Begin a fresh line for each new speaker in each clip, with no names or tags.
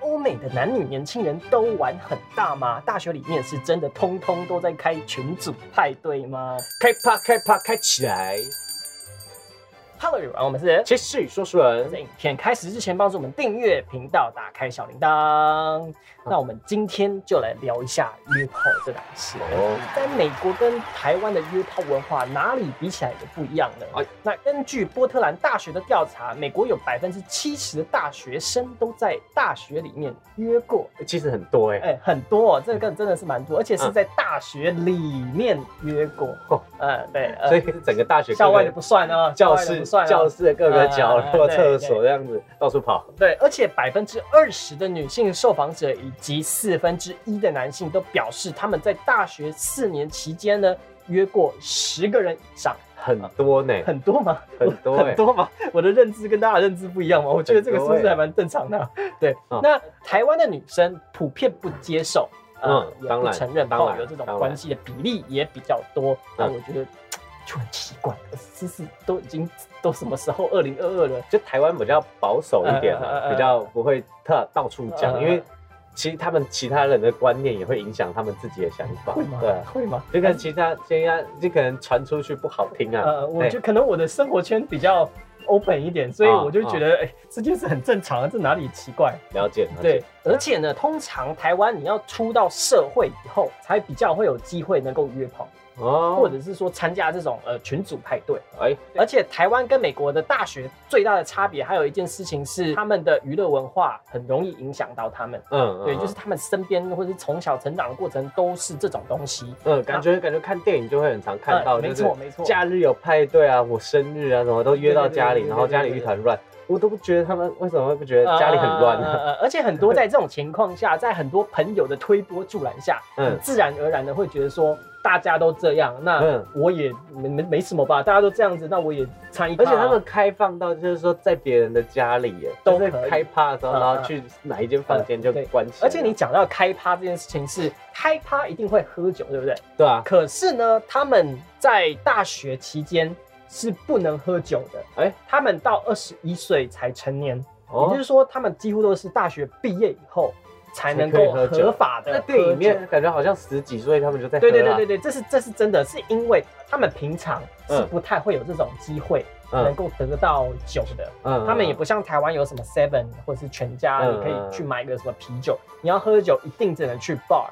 欧美的男女年轻人都玩很大吗？大学里面是真的通通都在开群组派对吗
开趴开趴开起来！
？Hello，everyone，我们是
其实与说书人
在影片开始之前，帮助我们订阅频道，打开小铃铛。那我们今天就来聊一下约炮这档事。
哦，
在美国跟台湾的约炮文化哪里比起来有不一样呢？
哎
那根据波特兰大学的调查，美国有百分之七十的大学生都在大学里面约过，
其实很多哎、
哎、很多、哦，这
嗯
个真的是蛮多，而且是在大学里面约过。
哦
呃，对，呃
所以整个大学各个
校外的不算哦，
教
校外的
室
不算哦
教室的各个角
啊
落、
对
厕所这样子到处跑。
对，而且百分之二十的女性受访者以及四分之一的男性都表示，他们在大学四年期间呢约过十个人以上，
很多呢、
很多吗？
很多 欸
很多吗？我的认知跟大家的认知不一样嘛，我觉得这个数
很
字
多欸
还蛮正常的啊。对
嗯，
那台湾的女生普遍不接受，呃
嗯
也
当
不
然
承认
当
炮
然
友这种
当然
关系的比例也比较多。那
嗯
我觉得就很奇怪，这是都已经都什么时候二零二二了？
就台湾比较保守一点
呃呃
啊，
呃
比较不会特到处讲，
呃
因为其实他们其他人的观念也会影响他们自己的想法
会吗，？
对啊。
会吗？
就跟其他现在就可能传出去不好听啊，
呃，我
对
就可能我的生活圈比较 open 一点，所以
啊
我就觉得，哎、这件事很正常，啊这哪里奇怪？
了解嗯了解。
对，而且呢，通常台湾你要出到社会以后，才比较会有机会能够约炮，
哦，
或者是说参加这种呃群组派对。
哎，
而且台湾跟美国的大学最大的差别，还有一件事情是，他们的娱乐文化很容易影响到他们。
嗯，
对，
嗯
就是他们身边或者是从小成长的过程都是这种东西。
嗯，感觉感觉看电影就会很常看到，
呃没
就是
错没错，
假日有派对啊，我生日啊，什么都约到家
对对对
里，
对
然后家里一团乱，我都不觉得他们为什么会不觉得家里很乱
呃
啊呢？
呃呃而且很多在这种情况 下，在很多朋友的推波助澜下，
嗯
自然而然的会觉得说大家都这样，那
嗯
我也没没没什么吧，大家都这样子，那我也参与。
而且他们开放到就是说在别人的家里耶，
都
就是
可以
开趴的时候，
嗯
然后去哪一间房间就
嗯对
关起来了。
而且你讲到开趴这件事情是开趴一定会喝酒，对不对？
对啊，
可是呢，他们在大学期间是不能喝酒的，
哎
他们到二十一岁才成年，也就
哦
是，说他们几乎都是大学毕业以后才能
才可以
够
喝酒
合法的
在电影里
喝酒
面感觉好像十几岁他们就在喝
对
了
对对对，对，这是这是真的，是因为他们平常是
嗯
不太会有这种机会能
嗯
够得到酒的。
嗯
他们也不像台湾有什么 Seven 或是全家，
嗯
你可以去买个什么啤酒。你要喝酒，一定只能去 bar。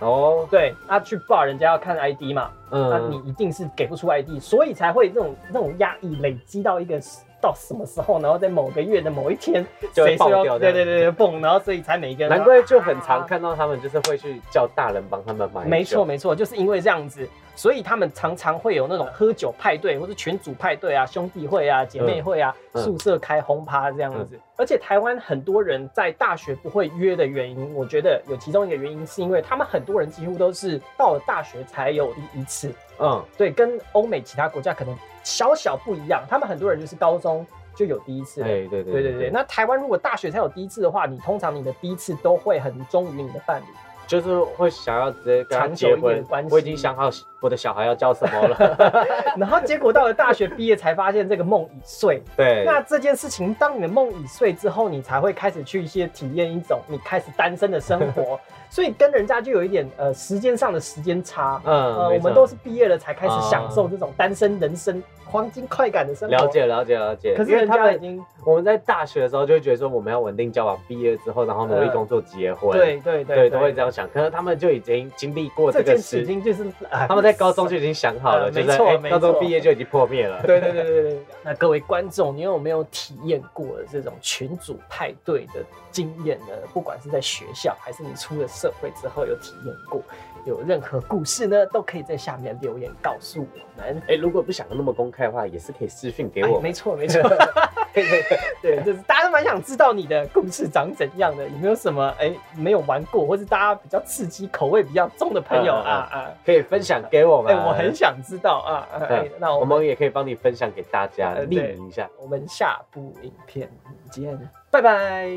哦，
对，那、去 bar 人家要看 ID 嘛，那、
嗯
啊你一定是给不出 ID，所以才会这种那种压抑累积到一个到什么时候，然后在某个月的某一天，
就会
谁说
爆
要
掉这
对
样
对对对蹦，然后所以才每一个人
难
都
怪就很常
啊
看到他们就是会去叫大人帮他们买酒，
没错，没错，就是因为这样子，所以他们常常会有那种喝酒派对，或者群组派对啊、兄弟会啊、姐妹会啊，
嗯
宿舍开轰趴这样子。而且台湾很多人在大学不会约的原因，我觉得有其中一个原因是因为他们很多人几乎都是到了大学才有第一次，
嗯，
对，跟欧美其他国家可能小小不一样，他们很多人就是高中就有第一次了。
哎，对对
对对对，那台湾如果大学才有第一次的话，你通常你的第一次都会很忠于你的伴侣，
就是会想要直接跟他
长久一
结
点的
婚
关系，
我已经想好我的小孩要叫什么 了。
然后结果到了大学毕业才发现这个梦已碎。
对，
那这件事情，当你的梦已碎之后，你才会开始去一些体验一种你开始单身的生活，所以跟人家就有一点呃时间上的时间差。
嗯
呃，
没
我们
错
都是毕业了才开始享受这种单身人生黄金快感的生活。
了。解了解了解。
可是
因为
人
他
家已
们
经
我们在大学的时候就会觉得说我们要稳定交往，毕业之后然后努力工作结婚，
对对对
对都会这样想。可是他们就已经经历过
这
这个
件事
事，
情就是啊
他们在高中就已经想好了，
呃
就是
没错
哎
没错
高中毕业就已经破灭了。
对对对对对。那各位观众，你有没有体验过这种群组派对的经验呢？不管是在学校，还是你出了社会之后有体验过，有任何故事呢，都可以在下面留言告诉我们。
哎，如果不想那么公开的话，也是可以私讯给
哎
我，
没错没错，哎
可以 可以可以
对，就是大家都蛮想知道你的故事长怎样的，有没有什么哎没有玩过，或是大家比较刺激、口味比较重的朋友
嗯嗯嗯
啊啊，
可以分享给我
哎、
们。嗯
我很想知道啊，啊哎、那
我
我们
们也可以帮你分享给大家，
呃
匿
对
名一下。
嗯我们下部影片见。
拜拜。